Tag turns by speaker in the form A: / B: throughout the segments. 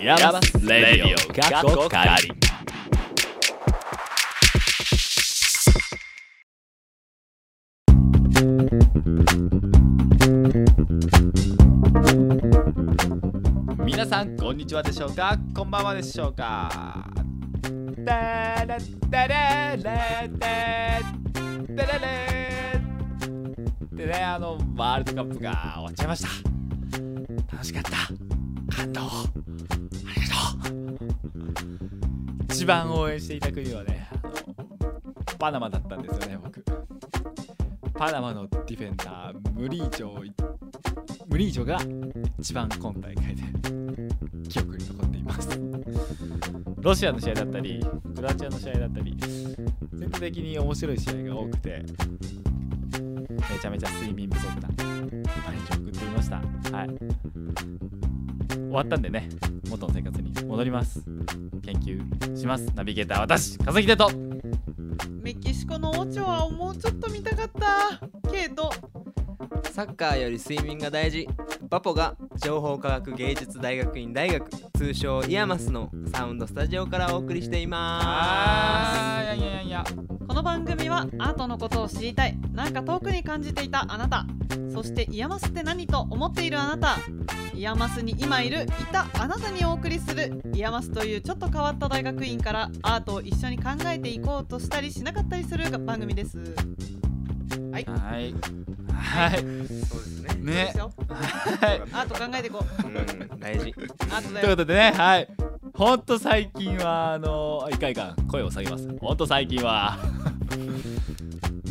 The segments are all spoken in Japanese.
A: ヤバスレディオ過去仮皆さんこんにちはでしょうかこんばんはでしょうかダラダララダダラレでねあのワールドカップが終わっちゃいました楽しかった感動ありがとう一番応援していた国はねあのパナマだったんですよね僕パナマのディフェンダームリージョムリージョが一番今大会で 記憶に残っていますロシアの試合だったりクロアチアの試合だったり全体的に面白い試合が多くてめちゃめちゃ睡眠不足な毎日送っていましたはい終わったんでね元の生活に戻ります研究しますナビゲーター私和樹でと
B: メキシコのオチョアをもうちょっと見たかったけど
C: サッカーより睡眠が大事バポが情報科学芸術大学院大学通称イヤマスのサウンドスタジオからお送りしていま
A: あーいやいやいや
B: この番組はアートのことを知りたいなんか遠くに感じていたあなたそしてイヤマスって何と思っているあなたイヤマスに今いるいたあなたにお送りするイヤマスというちょっと変わった大学院からアートを一緒に考えていこうとしたりしなかったりする番組ですはいそう
A: はいはい
C: すそうですね
B: で
A: ね
B: すよ
A: はい
B: アート考えていこう
C: うん大事
B: アート
A: とい
B: だ
A: うこ
B: よ
A: とでねはいほんと最近はあのいかんいかん声を下げますほんと最近は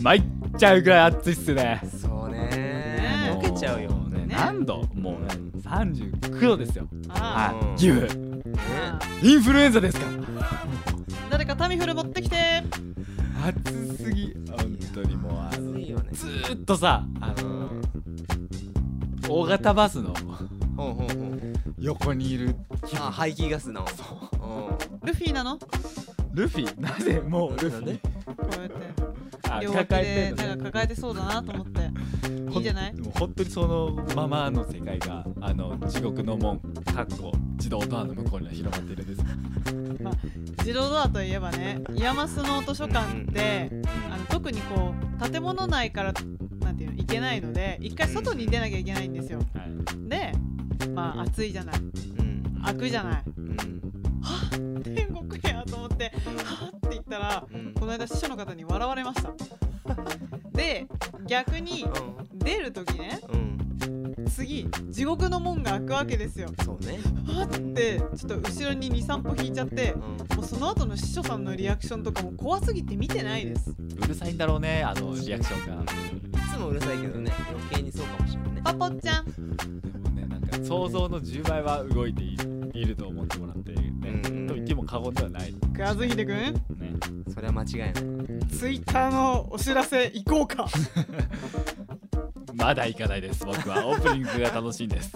A: 参っちゃうぐらい暑いっすね
C: そうね
B: ね
C: 溶けちゃうよね
B: ね
A: 何度もうね39度ですよ
B: あ
A: は
C: うん
A: いギブ
B: あ
A: インフルエンザですか
B: 誰かタミフル持ってきて
A: 暑すぎ本当にもうあの
C: いいよね
A: ずーっとさあ
C: う
A: の
C: ん
A: 大型バスの
C: ほうほうほう
A: 横にいる
C: あ排気ガスの
B: ルフィなのこ
A: ルフィなぜもうル
C: な
A: フ
C: ん
A: ィ
C: で
B: うやって
A: あ
B: 両脇で
A: ん
B: な
A: だ
B: んか抱えてそうだなと思っていいんじゃない
A: もう本当にそのままの世界があの地獄の門かっこ自動ドアの向こうには広がっているんです
B: 自動ドアといえばねイヤマスの図書館ってあの特にこう建物内からなんていうの行けないので一回外に出なきゃいけないんですよ
A: はい
B: でまあ暑いじゃない
C: うん
B: 開くじゃない
C: うんうん
B: 天国やと思ってはぁって言ったら
C: うん
B: この間司書の方に笑われました で逆に出る時ね
C: うんうん
B: 次地獄の門が開くわけですよ
C: そうね
B: はぁってちょっと後ろに23歩引いちゃって
C: うん
B: もうその後の司書さんのリアクションとかも怖すぎて見てないです
A: うるさいんだろうねあのリアクションが
C: いつもうるさいけどね余計にそうかもしれないね
B: パポちゃん
A: でもねなんか想像の10倍は動いていいると思ってもらってね、
C: うん
A: と言っても過言ではないね
B: 和秀くん
C: それは間違いない
B: ツイッターのお知らせ行こうか
A: まだ行かないです僕はオープニングが楽しいんです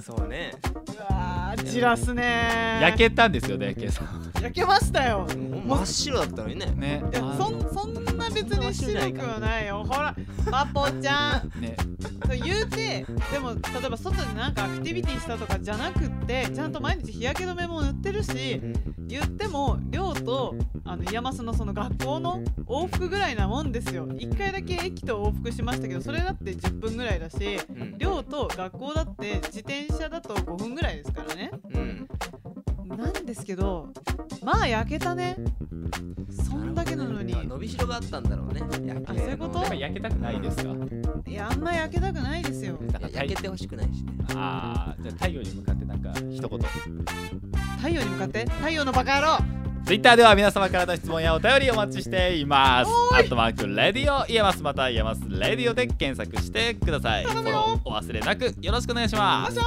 C: そうね
B: うわーじらすねー
A: 焼けたんですよね今朝
B: 焼けましたよ
C: 真っ白だったのにね
A: ね
B: いや
A: あ
B: そ
A: の
B: んそんな別に白くはないよほらパポちゃん
A: ね
B: と言うてでも例えば外でなんかアクティビティしたとかじゃなくってちゃんと毎日日焼け止めも塗ってるし言っても寮とあの山須のその学校の往復ぐらいなもんですよ1回だけ駅と往復しましたけどそれだって10分ぐらいだし
C: うん
B: 寮と学校だって自転車だと5分ぐらいですからね
C: うん
B: なんですけどまあ焼けたねそんだけなのに
C: 伸びしろがあったんだろうね焼け
B: あそういうこと
A: やっぱ焼けたくないですか
B: いやあんま焼けたくないですよ
A: だから
C: 焼け
A: 太
C: てほしくないしね
A: あーじゃあ太陽に向かってなんか一言
B: 太陽に向かって太陽のバカ野郎
A: ツイッターでは皆様からの質問やお便りお待ちしています。アットマークレディオイエマスまたはイエマスレディオで検索してください。フォローお忘れなくよろしくお願いします。
B: は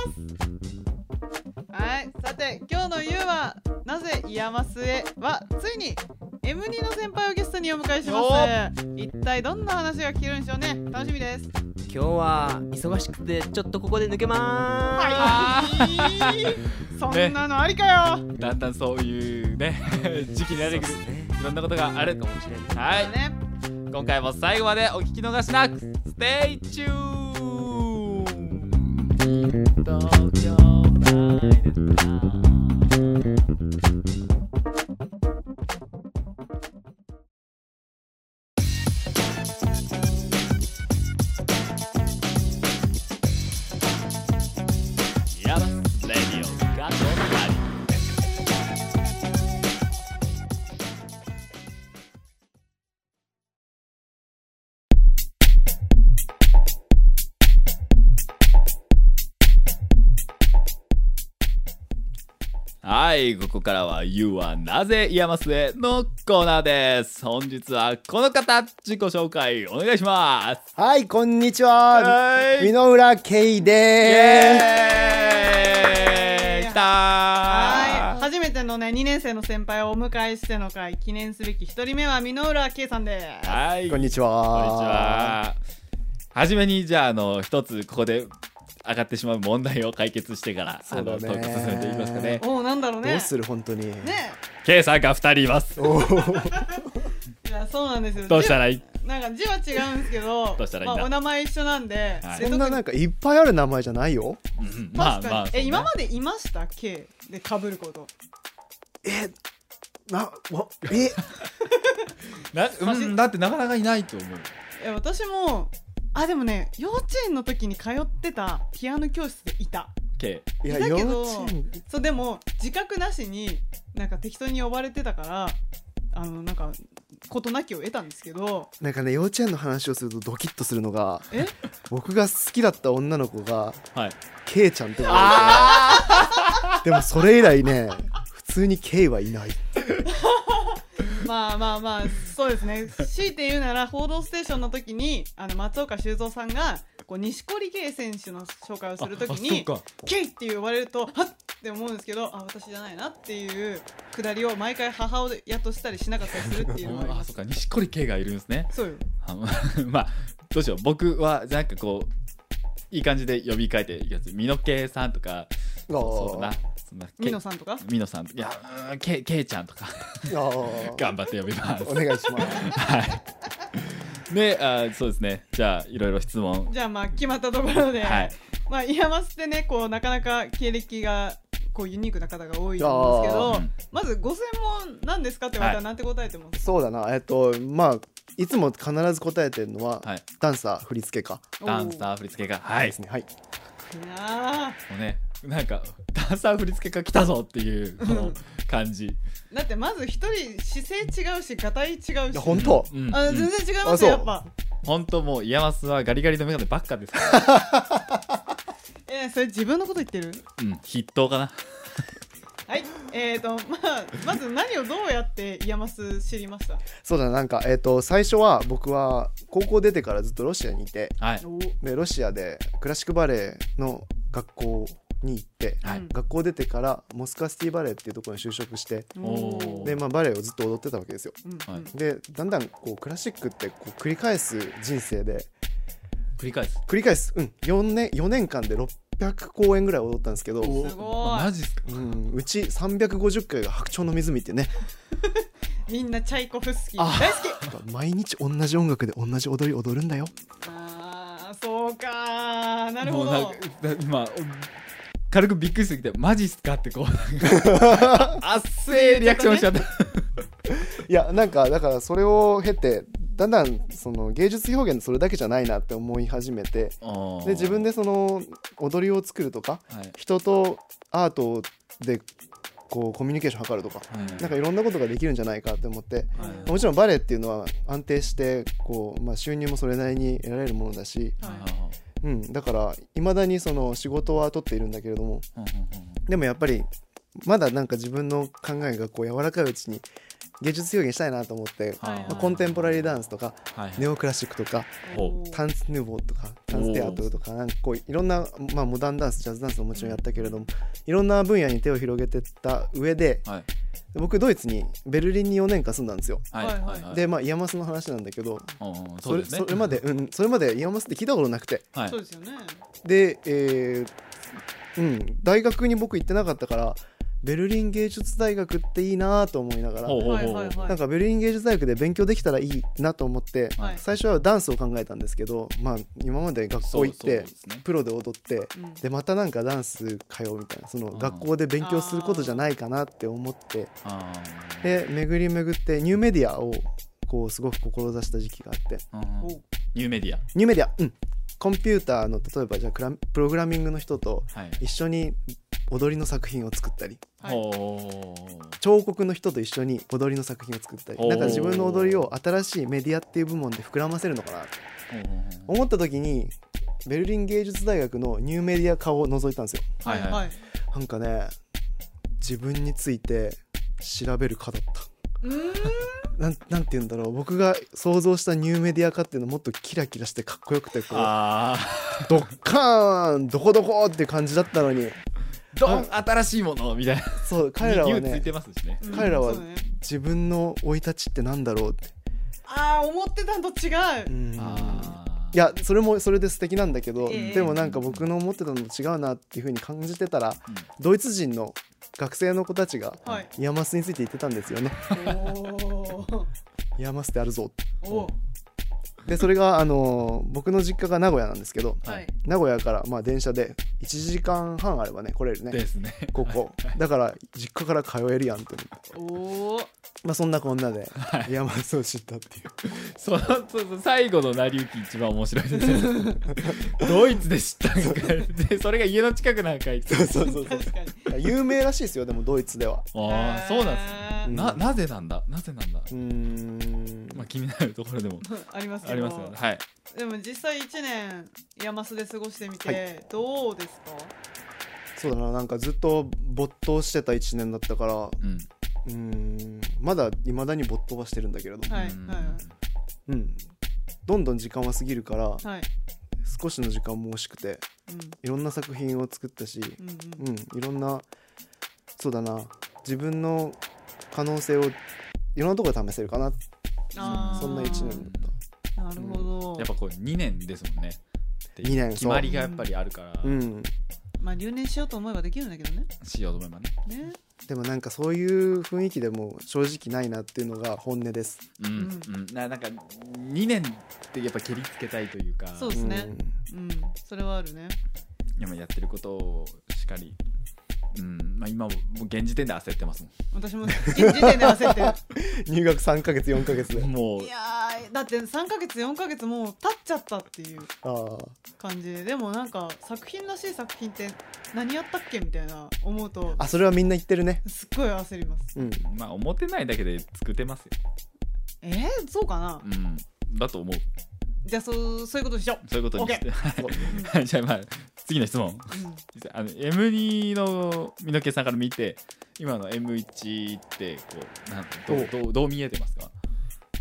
B: いさて今日の「ゆうはなぜイヤマスへ」はついに M2 の先輩をゲストにお迎えします一体どんな話が聞けるんでしょうね楽しみです
C: 今日は忙しくてちょっとここで抜けまーす
B: はいそんなのありかよ、
A: だんだんそういうね時期になってくるいろんなことがある
C: かもしれない
A: はい、
B: ね
A: 今回も最後までお聞き逃しなく Stay tuned! 東京バイデンタウンヤマスレディオガトバリはい、ここからは You はなぜイヤマスへのコーナーです。本日はこの方、自己紹介お願いします。
D: はい、こんにちは。
A: はい
D: 美濃浦圭
A: イ
D: で
A: エーイ来たー
B: はい、初めてのね2年生の先輩をお迎えしての会記念すべき1人目は箕浦圭さんです
A: は
D: す。
A: い、
D: こんに
A: こんにち
D: ちは。
A: は。はじめにじゃああの一つここで上がってしまう問題を解決してから、あ
D: そうだ
A: の
D: ね
A: トーク進めていきますかね。
B: おおなんだろうね
D: どうする本当に。
B: ね
A: K さんが二人います。
B: いやそうなんですよ
A: どうしたらいい？
B: 字はなんか字は違うんですけど
A: どうしたらいいんだ
B: まあ、お名前一緒なんで、
A: はい
D: そんななんかいっぱいある名前じゃないよ。
A: うん
B: 確かに、
A: そう
B: え
A: ね
B: 今までいました K で被ること
D: え、な、わ、え、
A: な、うん、だってなかなかいないと思う。
B: え私もあでもね幼稚園の時に通ってたピアノ教室でいた
A: K。
D: いや
B: だけど
D: 幼稚園。
B: そうでも自覚なしになんか適当に呼ばれてたからあのなんか事なきを得たんですけど
D: なんかね幼稚園の話をするとドキッとするのが
B: え
D: 僕が好きだった女の子が
A: はい。
D: ケイちゃんって呼ばれてでもそれ以来ね普通にケイはいない
B: まあまあまあそうですね強いて言うなら「報道ステーション」の時にあの松岡修造さんがこう錦織圭選手の紹介をする時に
A: ああそっか
B: 「ケイ!」って呼ばれると「はっ!」って思うんですけどあ私じゃないなっていうくだりを毎回母親としたりしなかったりするっていうのがあり
A: あ
B: ま
A: そ
B: す
A: っか錦織圭がいるんですね
B: そうよ
A: あままあ どうしよう僕はなんかこういい感じで呼び替えていきます美濃圭さんとかそうだなそんな
B: 美濃
A: さ
B: さんとか
A: ん美濃さんいやうーんけけいちゃんとか
D: あー
A: 頑張って呼びます
D: お願いします
A: はいであそうですねじゃあいろいろ質問
B: じゃあまあ決まったところで、
A: はい
B: まあイヤマスってねこうなかなか経歴がこうユニークな方が多いと思うんですけど、
A: あーうん
B: まずご専門なんですかって言われた
A: はい
B: らなんて答えてます、
D: そうだなえっとまあいつも必ず答えてるのは、
A: はい
D: ダンサー振り付け家
A: ダンサー振り付けがはい
D: ですねはい
B: ーいや
A: もうねなんかダンサー振り付けが来たぞっていう この感じ
B: ーだってまず一人姿勢違うしがたい違うし
D: いや本当、
A: うん
B: あ全然違いますよ
D: あ
B: やっぱ
A: 本当もうイヤマスはガリガリの眼鏡ばっかですから
B: えーそれ自分のこと言ってる
A: うん筆頭かな
B: はいえーとまあまず何をどうやってイヤマス知りました
D: そうだななんかえっと最初は僕は高校出てからずっとロシアにいて
A: はい
B: お
D: でロシアでクラシックバレエの学校に行って、
A: はい
B: うん
D: 学校出てからモスクワシティバレエっていうところに就職して
A: おー
D: で、まあ、バレエをずっと踊ってたわけですよ
B: うん
A: はい
D: でだんだんこうクラシックってこう繰り返す人生で
A: 繰り返す
D: 繰り返すうん4年4年間で600公演ぐらい踊ったんですけど
B: おすごい
A: マジっすか
D: うん、うち350回が「白鳥の湖」ってね
B: うんみんなチャイコフスキー大好き
D: なんか毎日同じ音楽で同じ踊り踊るんだよ
B: あーそうかーなるほど
A: もうなんかだ今軽くびっくりしすぎてマジっすかってこうあっせーリアクションしちゃった
D: いやなんかだからそれを経てだんだんその芸術表現それだけじゃないなって思い始めてで自分
A: で、
D: でその踊りを作るとか
A: はいはい
D: 人とアートでこうコミュニケーション図るとかなんかいろんなことができるんじゃないかって思って
A: はい
D: もちろんバレエっていうのは安定してこう、まあ、収入もそれなりに得られるものだし、
B: はい
D: うん、だからいまだにその仕事は取っているんだけれども
A: うんうんうん
D: でもやっぱりまだなんか自分の考えがこう柔らかいうちに芸術表現したいなと思って、
B: はいはい
D: まあ、コンテンポラリーダンスとか
A: はいはい
D: ネオクラシックとか
A: ほ
D: タンスヌーボーとかタンステアトルとかなんかこういろんな、まあ、モダンダンスジャズダンスももちろんやったけれどもいろんな分野に手を広げてった上で
A: はい
D: 僕ドイツにベルリンに4年間住んだんですよ。
A: はいはいはい
D: でまあイヤマスの話なんだけど
A: うんうん
D: そ
A: そう
D: れ
A: です
D: そ
A: ね
D: れまで、うん、それまでイヤマスって聞いたことなくて
A: はい
B: そうですよね
D: で、えーうん、大学に僕行ってなかったからベルリン芸術大学っていいなと思いながら
A: ほうほう
B: はい
A: ほう、
B: はい
D: な
B: は
D: んかベルリン芸術大学で勉強できたらいいなと思って、
B: い。はい。
D: 最初はダンスを考えたんですけど、まあ、今まで学
A: そ
D: 校
A: う
D: 行っ
A: そう
D: て
A: ですね
D: プロで踊って
B: うん
D: でまたなんかダンス通うみたいなその
A: ん
D: 学校で勉強することじゃないかなって思って
A: あー
D: で巡り巡ってニューメディアをこうすごく志した時期があって
A: うん
B: お
A: ニューメディ
D: ニューメディアうんコンピューターの例えばじゃあクラプログラミングの人と
A: アはい、
D: 一緒に踊りの作品を作ったり
B: はい。
A: ほう
D: 彫刻の人と一緒に踊りの作品を作った
A: お
D: り
A: ー
D: なんか自分の踊りを新しいメディアっていう部門で膨らませるのかなって思った時にベルリン芸術大学のニューメディア化を覗いたんですよ
A: はいはい
B: い。
D: なんかね自分について調べる科だった
B: うーん。
D: なんなんて言うんだろう僕が想像したニューメディア化っていうのもっとキラキラしてかっこよくてこう
A: あ
D: ドッカーンどこどこっていう感じだったのに
A: ーどん新しいものみたいな
D: そう彼らは
A: ニューつい
D: ね
A: てますしね
D: 彼らは
B: そうね
D: 自分の生い立ちってなんだろうって、
B: ああ思ってたのと違
D: う
B: う。
D: ん
A: あ
D: いやそれもそれで素敵なんだけど、
B: ええ
D: でもなんか僕の思ってたのと違うなっていうふうに感じてたら
A: うん
D: ドイツ人の学生の子たちが
B: はい。
D: イヤマスについて言ってたんですよね
B: おー
D: イヤマスってあるぞって
B: おー。
D: でそれがあのー僕の実家が名古屋なんですけど
A: はい
B: はい。
D: 名古屋からまあ電車で1時間半あればね来れるね
A: ですね
D: ここだから実家から通えるやんって思って、
B: おお。
D: まあ、そんなこんなでイヤマスを知ったっていう
A: そのそうそう最後の成り行き一番面白いですねドイツで知ったんかいでそれが家の近くなんかいって
D: そう そうそう
B: 確かに。
D: 有名らしいですよでもドイツでは
A: ああそうなんですね
B: す
A: ななぜなんだなぜなんだ
D: うーん
A: まあ気になるところでも
B: ありますけど
A: ありますよねはい
B: でも実際1年山須で過ごしてみて、
D: は
B: どうですか
D: そうだななんかずっと没頭してた1年だったからう
A: うん
D: ーんまだ未だに没頭はしてるんだけれども、
B: はい
A: うん
B: はい
D: うんどんどん時間は過ぎるから
B: はい、
D: 少しの時間も惜しくて
B: う
D: いろんな作品を作ったし
B: んうんうん
D: うん、いろんなそうだな自分の可能性をいろんなところで試せるかな
B: あー
D: そんな1年だった
B: なるほど、
A: やっぱこう2年ですもんねっていう
D: 二年そう
A: 決まりがやっぱりあるから、
D: うん
B: まあ留年しようと思えばできるんだけどね
A: しようと思えばね
B: ね、
D: でもなんかそういう雰囲気でも正直ないなっていうのが本音です
A: うん、うんななんか2年ってやっぱ蹴りつけたいというか
B: そうですね
D: ん
B: うん、それはあるね
A: 今やってることをしっかり、うんまあ、今ももう現時点で焦ってますも
B: 私も 現時点で焦ってる
D: 入学3ヶ月4ヶ月で
A: んもう
B: いやーだって3ヶ月4ヶ月もう経っちゃったっていう
D: ああ
B: 感じででもなんか作品らしい作品って何やったっけみたいな思うと
D: あそれはみんな言ってるね
B: すっごい焦ります
D: うん
A: まあ思ってないだけで作ってますよ、
B: えー、そうかな
A: うん、だと思う
B: じゃあそうそういうことでしょ
A: そういうことにして、
D: そう
A: はい、じゃあまあ次の質問
B: うん
A: あの M2 の身の毛さんから見て今の M1 ってこうなんてどうどうどう見えてますか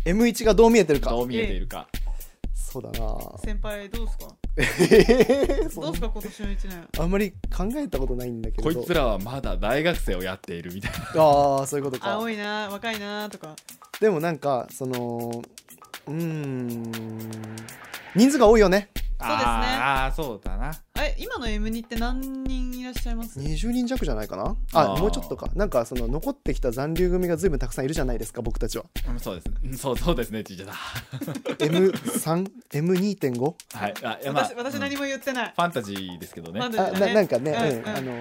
D: M1 がどう見えてるか
A: どう見えているか、
D: そうだな
B: 先輩どうですか
D: えーそん
B: どうですか今年の1年
D: あんまり考えたことないんだけ
A: こ
D: ど
A: いつらはまだ大学生をやっているみたいな
D: ああそういうことか
B: 青いな若いなとか
D: でもなんかそのうーん人数が多いよね
B: そうですね
A: ああそうだな
B: え今の M2 って何人いらっしゃいます
D: 20人弱じゃないかな
A: あ
D: あ
A: ー
D: もうちょっとかなんかその残ってきた残留組が随分たくさんいるじゃないですか僕たちは
A: うんそうですねうんそうそうですねちいちゃん
D: M3M2.5
A: はいあいやまあ
B: 私私何
A: うん
B: も言ってない
A: ファンタジーですけどね
B: ファンタジ
D: あ
B: ーだ
D: な
B: ね
D: なんかね、
B: うん
D: うんあの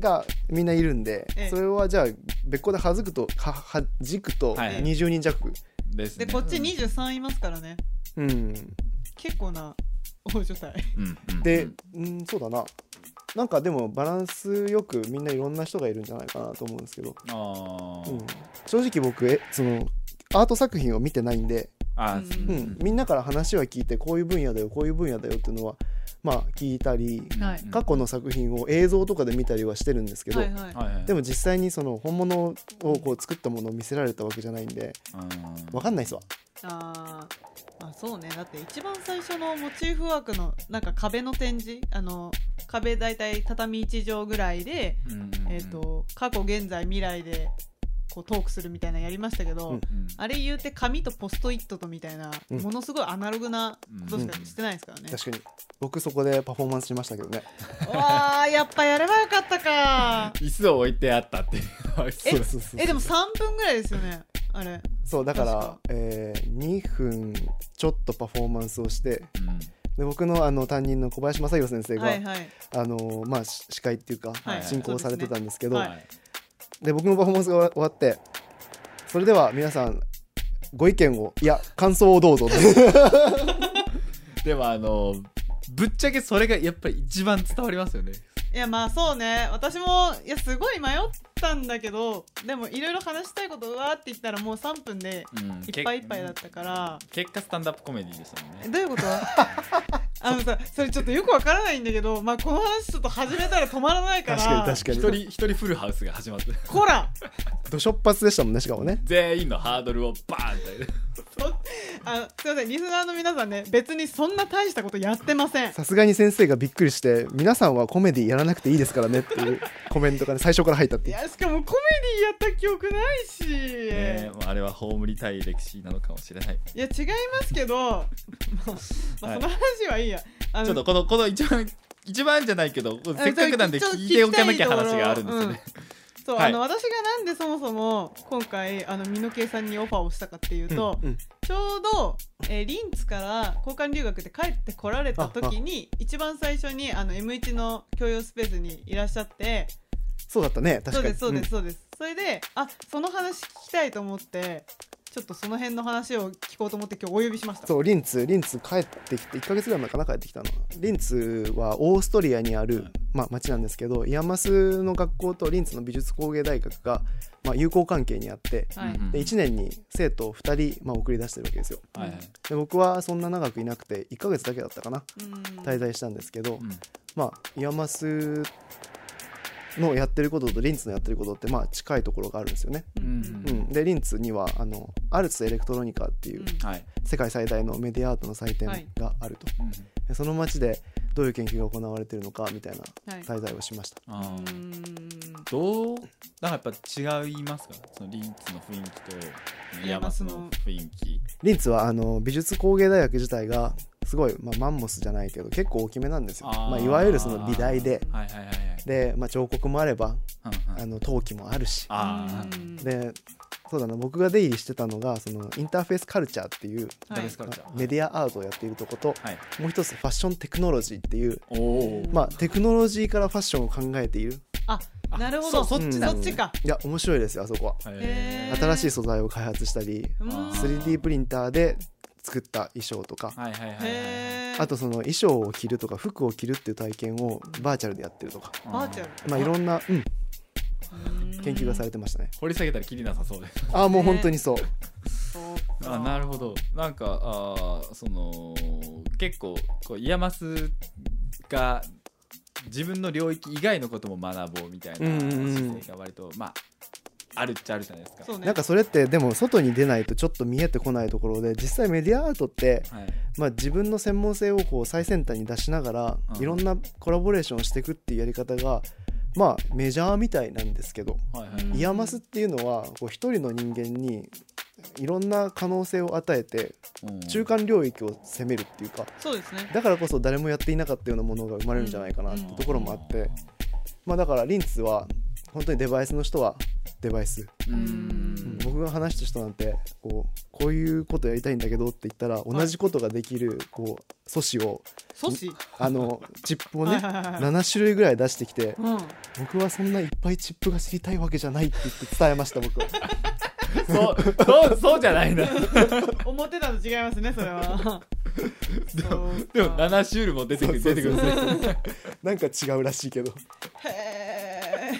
D: がみんないるんで、
B: ええ
D: それはじゃあ別個ではずくとははじくと
A: はい
D: 20人弱、
A: ですね
B: でこっち
A: うん
B: 23いますからね
D: うん
B: 結構な大所帯
A: うんうん
D: で、うん、そうだななんかでもバランスよくみんないろんな人がいるんじゃないかなと思うんですけど、
A: あー、
D: うん正直僕えそのアート作品を見てないんで
A: あ
B: うん
A: ー
D: う
A: うん
D: ん、みんなから話は聞いてこういう分野だよこういう分野だよっていうのはまあ聞いたり
B: はい
A: うん
D: 過去の作品を映像とかで見たりはしてるんですけど、
B: はいはい
A: はいはい
D: でも実際にその本物をこう作ったものを見せられたわけじゃないんでわかんないっすわ。
B: あーまあそうねだって一番最初のモチーフワークのなんか壁の展示あの壁大体畳1畳ぐらいで、
A: うんうんうん
B: えっ、と過去現在未来でこうトークするみたいなのやりましたけど、
D: うん
A: うん
B: あれ言うて紙とポストイットとみたいな、
D: うん
B: ものすごいアナログなことしかしてないですからね。
D: 確かに僕そこでパフォーマンスしましたけどね
B: わあやっぱやればよかったか。
A: 椅子を置いてあったっていうのは
D: そうそうそう
B: えでも3分ぐらいですよねあれ
D: そうだか
B: 確
D: ら
B: か、
D: えー、2分ちょっとパフォーマンスをして
A: うん
D: で僕のあの担任の小林正弘先生が、
B: はいはい
D: あのーまあ、し司会っていうか、
A: はい
D: 進行をされてたんですけど、
B: はい
D: で僕のパフォーマンスが終わってそれでは皆さんご意見をいや感想を どうぞって
A: でもあのぶっちゃけそれがやっぱり一番伝わりますよね
B: いやまあそうね私もいやすごい迷ったんだけどでもいろいろ話したいことうわーって言ったらもう3分で
A: うん
B: いっぱいいっぱいだったから
A: 結果スタンダップコメディでしたもんね
B: えどういうこと あのさそれちょっとよくわからないんだけどまあこの話ちょっと始めたら止まらないから
D: 確かに確か
A: 一
D: に
A: 人一人フルハウスが始まって
B: こら
D: どしょっぱつでしたもんねしかもね
A: 全員のハードルをバーンって
B: あのすいませんリスナーの皆さんね別にそんな大したことやってません
D: さすがに先生がびっくりして皆さんはコメディやらなくていいですからねって いうコメントが、ね、最初から入ったっ
B: い
D: ていう
B: やしかもコメディやった記憶ないし、
A: ねあれは葬りたい歴史なのかもしれない
B: いや違いま すけど、まあまあ、
A: はい
B: その話はいいやあの
A: ちょっとこのこの一番一番じゃないけどせっかくなんで
B: ちょっと
A: 聞いておかなきゃ話があるんですよ
B: 聞きたいとこ
A: ね、
B: ろうんそう、
A: はい
B: あの私がなんでそもそも今回あの美濃圭さんにオファーをしたかっていうと、
D: うんうん
B: ちょうど、えーリンツから交換留学で帰ってこられた時に一番最初にあの M1 の共用スペースにいらっしゃって
D: そうだったね
B: そ
D: 確
B: うで
D: かに
B: すそうです
D: ん
B: そうです、それであその話聞きたいと思ってちょっとその辺の話を聞こうと思って今日お呼びしました。
D: そうリンツリンツ帰ってきて1ヶ月ぐらい前かな帰ってきたのリンツはオーストリアにある、まあ、町なんですけどイヤマスの学校とリンツの美術工芸大学が、まあ、友好関係にあって
B: はい
A: うん
D: で1年に生徒を2人、まあ、送り出してるわけですよ
A: はいはい
D: で僕はそんな長くいなくて1ヶ月だけだったかな
B: うん
D: 滞在したんですけど、
A: うん
D: まあイヤマスのやってることとリンツのやってることってまあ近いところがあるんですよね、
B: うん
A: うん
D: うんでリンツにはあのアルツエレクトロニカっていう
A: はい
D: 世界最大のメディアアートの祭典
B: はい
D: があると、
A: うん
D: でその町でどういう研究が行われてるのかみたいな
B: はい
D: 滞在をしました、
A: あー
B: うん
A: どうなんかやっぱ違いますかそのリンツの雰囲気とイヤマスの雰囲気
D: リンツはあの美術工芸大学自体がすごい、まあ、マンモスじゃないけど結構大きめなんですよ
A: あー
D: まあ、いわゆるその美大で
A: はいはいはいはい
D: で、まあ、彫刻もあれば
A: うんうん
D: あの陶器もあるし
A: あー
B: うん
D: でそうだな僕が出入りしてたのがそのインターフェースカルチャーっていう、
A: ダ
B: はい
A: メスカルチャー
D: メディアアートをやっているとこと、
A: はい
D: もう一つファッションテクノロジーっていう、
A: おお
D: まあ、テクノロジーからファッションを考えている
B: あなるほど
A: そそっちだ
B: そっちか
D: いや面白いですよあそこは
B: へー
D: 新しい素材を開発したり
B: うん
A: あー
D: 3D プリンターで作った衣装とか
A: はいはいはいはいはい
B: へー
D: あとその衣装を着るとか服を着るっていう体験をバーチャルでやってるとか、
B: バーチャル
D: まあ、いろんな、うん、研究がさ
B: れ
D: れてましたね
A: 掘り下げたらキリなさそうで
D: ああもう本当にそう
A: あなるほどなんかあーその結構こうイヤマスが自分の領域以外のことも学ぼうみたいな
D: うんうんうん
A: 姿勢が割とまああるっちゃあるじゃないですか。
B: そうね
D: なんかそれってでも外に出ないとちょっと見えてこないところで実際メディアアートって、
A: はい、
D: まあ、自分の専門性をこう最先端に出しながら
A: うん
D: いろんなコラボレーションをしていくっていうやり方がまあメジャーみたいなんですけど
A: はいはい、
B: うん
D: イヤマスっていうのはこう一人の人間にいろんな可能性を与えて
A: うん
D: 中間領域を攻めるっていうか
B: そうですね
D: だからこそ誰もやっていなかったようなものが生まれるんじゃないかなってところもあってまあだからリンツは本当にデバイスの人はデバイス
A: う
D: うん
A: ん
D: 僕が話した人なんてこうこういうことやりたいんだけどって言ったら同じことができるこう素子を
B: 阻止
D: あ のチップを
B: はい
D: ね
B: はいはいはい
D: 7種類ぐらい出してきて
B: うん
D: 僕はそんないっぱいチップが知りたいわけじゃないって言って伝えました僕は
A: そうそうそうじゃないな
B: 思ってたの違いますねそれはそうか
A: でも7種類も出てくる
D: そ
A: 出て
D: うそ
A: く
D: う
A: る
D: そう
A: 出てくる
D: なんか違うらしいけど
B: へ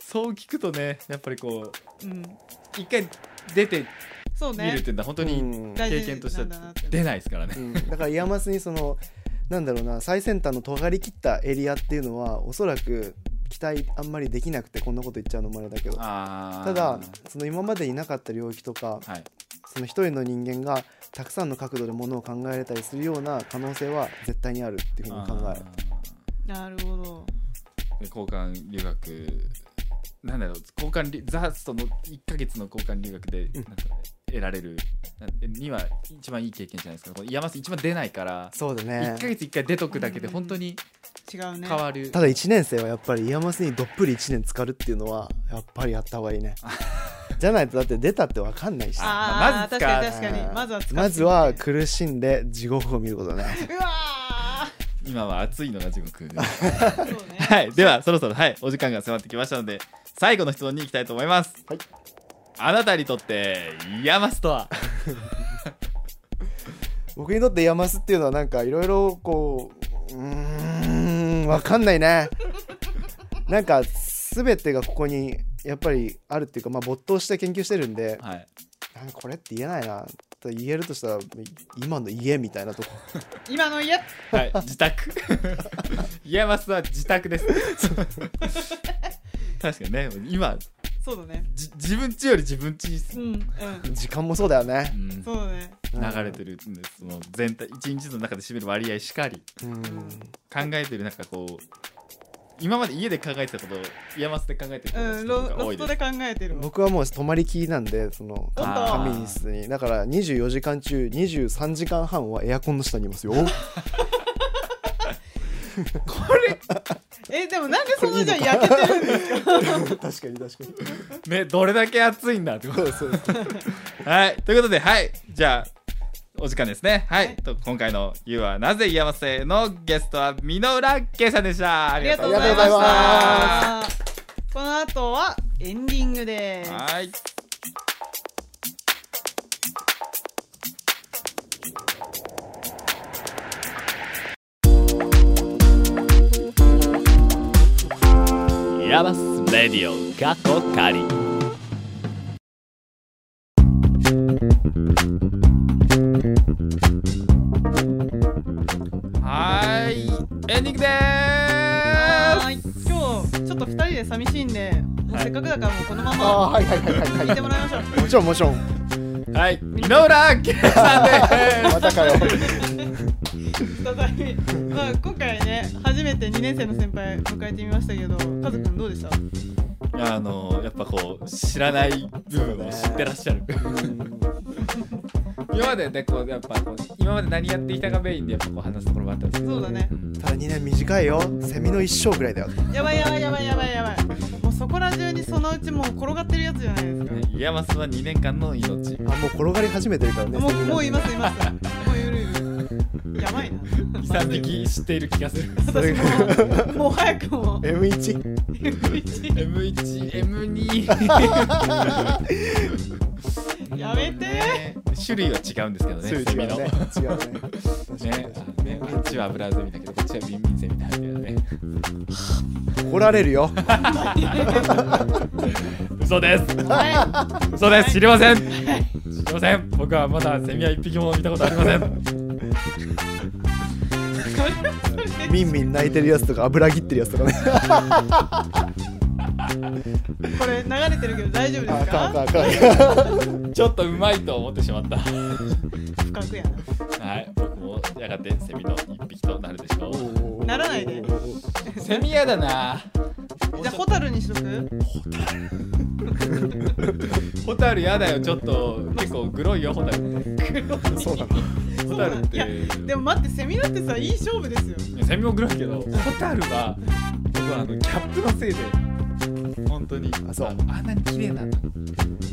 A: そう聞くとねやっぱりこう
B: ーうん
A: 一回出て
B: そう
A: みるっ
B: ね
A: ていうのは本当に
D: うん
B: 大
A: 経
B: 事
A: 験としては
B: なんだなって
A: 出ないですからね
D: う。んだからイヤマスにそのなんだろうな最先端の尖り切ったエリアっていうのはおそらく期待あんまりできなくてこんなこと言っちゃうのもあれだけど
A: あー
D: ただその今までになかった領域とか
A: はい、
D: その一人の人間がたくさんの角度でものを考えれたりするような可能性は絶対にあるっていうふうに考える
B: なるほど
A: で交換留学なんだろう交換留ザその1か月の交換留学で、なんか得られるには一番いい経験じゃないですかこの山瀬一番出ないから
D: そうだ
A: 1
D: ね
A: ヶ月1回出とくだけで本当に
B: 違うね
A: 変わる
D: ただ1年生はやっぱりイヤマスにどっぷり1年浸かるっていうのはやっぱりやった方がいいねじゃないとだって出たって分かんないし
A: あ
B: あ
A: まず
B: あ、確
A: 使
B: か
A: う
B: に確かにまずは使ってみて
D: まずは苦しんで地獄を見ることね
B: うわ
A: 今は暑いのが地獄です
B: ーそうね
A: はいではそろそろはいお時間が迫ってきましたので最後の質問に行きたいと思います、
D: はい
A: あなたにとって山瀬とは
D: 僕にとってイヤマスっていうのはなんかいろいろこううーん分かんないねなんか全てがここにやっぱりあるっていうか、まあ、没頭して研究してるんで
A: はい
D: なんかこれって言えないなと言えるとしたら今の家みたいなとこ
B: 今の家
A: はい、自 宅。イヤマスは自宅です。確かにね、今、
B: そうだね
A: じ自分家より自分家に
B: うんうん
D: 時間もそうだよね、
A: うん
B: そうだね
A: 流れてるんです。その全体、一日の中で占める割合しかり、
D: うん
A: 考えてるなんかこう。今まで家で考えてたこと、イヤマスで考えてるこ
B: うん
A: と
B: ロ
A: が多
B: ロ
A: い
B: フ
A: で
B: ト
A: す
B: で。考えてるわ
D: 僕はもう泊まりきりなんでその
B: おっと
A: あー
D: 仮眠室にだから24時間中23時間半はエアコンの下にいますよ
B: えでもなんでそんなじゃ焼けてるんですか
D: 確かに確かに
A: ね、どれだけ暑いんだってこと
D: そうそうそう
A: はい、ということで、はい、じゃあ。お時間ですね。はい、
B: はい
A: と今回の「You はなぜイヤマスへ」のゲストは箕浦圭さんでした。あ
B: あ
A: り
B: り
A: が
B: が
A: と
B: と
A: う
B: う
A: ご
B: ご
A: ざ
B: ざ
A: い
B: い
A: ま
B: ま
A: し。
B: したたこの後はエンディングです
A: はい。ヤバスレディオ過去仮はいエンディングでーす
B: はい今日ちょっと二人で寂しいんでもうせっかくだからもうこのま
D: ああ
B: ま
D: はいはいはいはいはい
B: 聞いてもらいましょう
D: もちろんもちろん
A: はい、井浦圭さんで
D: またかよ
B: 再び、まあ、今回ね初めて2年生の先輩迎えてみましたけどカズくんどうでした
A: す。いやあのやっぱこう知らない部分を知ってらっしゃる。今までねこうやっぱこう今まで何やってきたかメインでやっぱこう話すところもあったんですけど。
B: そうだね
D: ただ2年短いよセミの一生ぐらいだよ
B: やばいやばいやばいやばいやばいもうそこら中にそのうちもう転がってるやつじゃないですか
A: ねイヤマスは2年間の命。
D: あもう転がり始めてるからね
B: もう
D: セミが
B: もういますいますもうゆるゆるやばいな
A: 遺産的知っている気がする。
B: 私もうもう早くも
D: M1
A: M1、M2。
B: やめ て
A: ね種類は違うんですけどね。
D: 種類
A: セミの。
D: 違うね
A: ね、
D: 違う
A: あね
D: ね確かに確か
A: こっちは油ゼミだけど、こっちはビンビンゼミなんだけどね。
D: に怒られる よ
A: 嘘です。
B: は
A: 嘘です。知りま せん。知りません。僕はまだセミは一匹も見たことありません。
B: いそれそれ
D: みんみん泣いてるやつとか油切ってるやつとかね
B: これ流れてるけど大丈夫
D: あ
B: です
D: かんあか
B: か
D: んあかん
A: ちょっとうまいと思ってしまった。
B: 深くやな
A: はい、僕もやがてセミの一匹となるでしょう。
B: ならないで
A: セミやだな。
B: じゃあホタルにしとく
A: ホタルやだよ、ちょっと結構グロいよ、ホタル。
D: そうなの
A: ホタルっ
B: いや
A: て。
B: でも待ってセミだってさいい勝負ですよ
A: いやセミもグロいけど、ホタルは僕はあのキャップのせいで。本当に
D: あそう
A: あのあんなに綺麗なの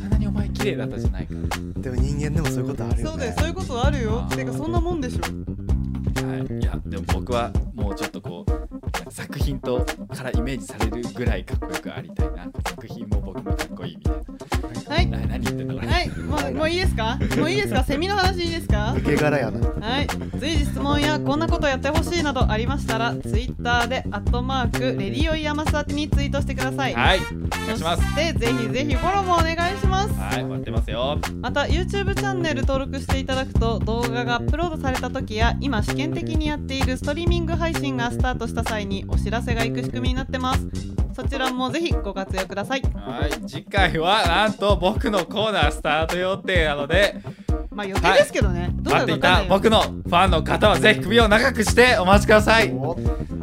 A: あんなにお前綺麗だったじゃないか
D: でも人間でもそういうことあるよ
B: そうだ
D: ね
B: よそういうことあるよ
A: あー
B: てかそんなもんでしょ
A: はい、いやでも僕はもうちょっとこう作品とからイメージされるぐらいかっこよくありたいな作品も僕もかっこいいみたい
B: はい
A: なな何言ってんだ俺、
B: はいもうもういいですかもういいですかセミの話いいですか
D: 手柄やな
B: はい随時質問やこんなことやってほしいなどありましたらツイッターで「アットマークレディオイヤマス」宛てにツイートしてください
A: はいお願いします
B: そしてぜひぜひフォローもお願いします
A: はい待ってますよ
B: また YouTube チャンネル登録していただくと動画がアップロードされた時や今試験的にやっているストリーミング配信がスタートした際にお知らせがいく仕組みになってますそちらもぜひご活用ください
A: はい次回はなんと僕のコーナースタート予定なので
B: まあ予定ですけどね、どうな
A: 待っ
B: る
A: て
B: か
A: い
B: わ
A: た
B: かんない
A: 僕のファンの方はぜひ首を長くしてお待ちください面
D: お
B: 僕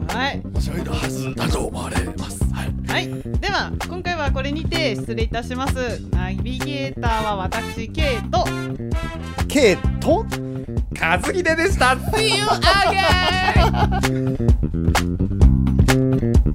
B: はい
A: 白いはずだと思われますはい
B: はい、では今回ははこれにて失礼いたしますナビゲーターは私 K と
D: ケイと
A: かずぎででした See you again!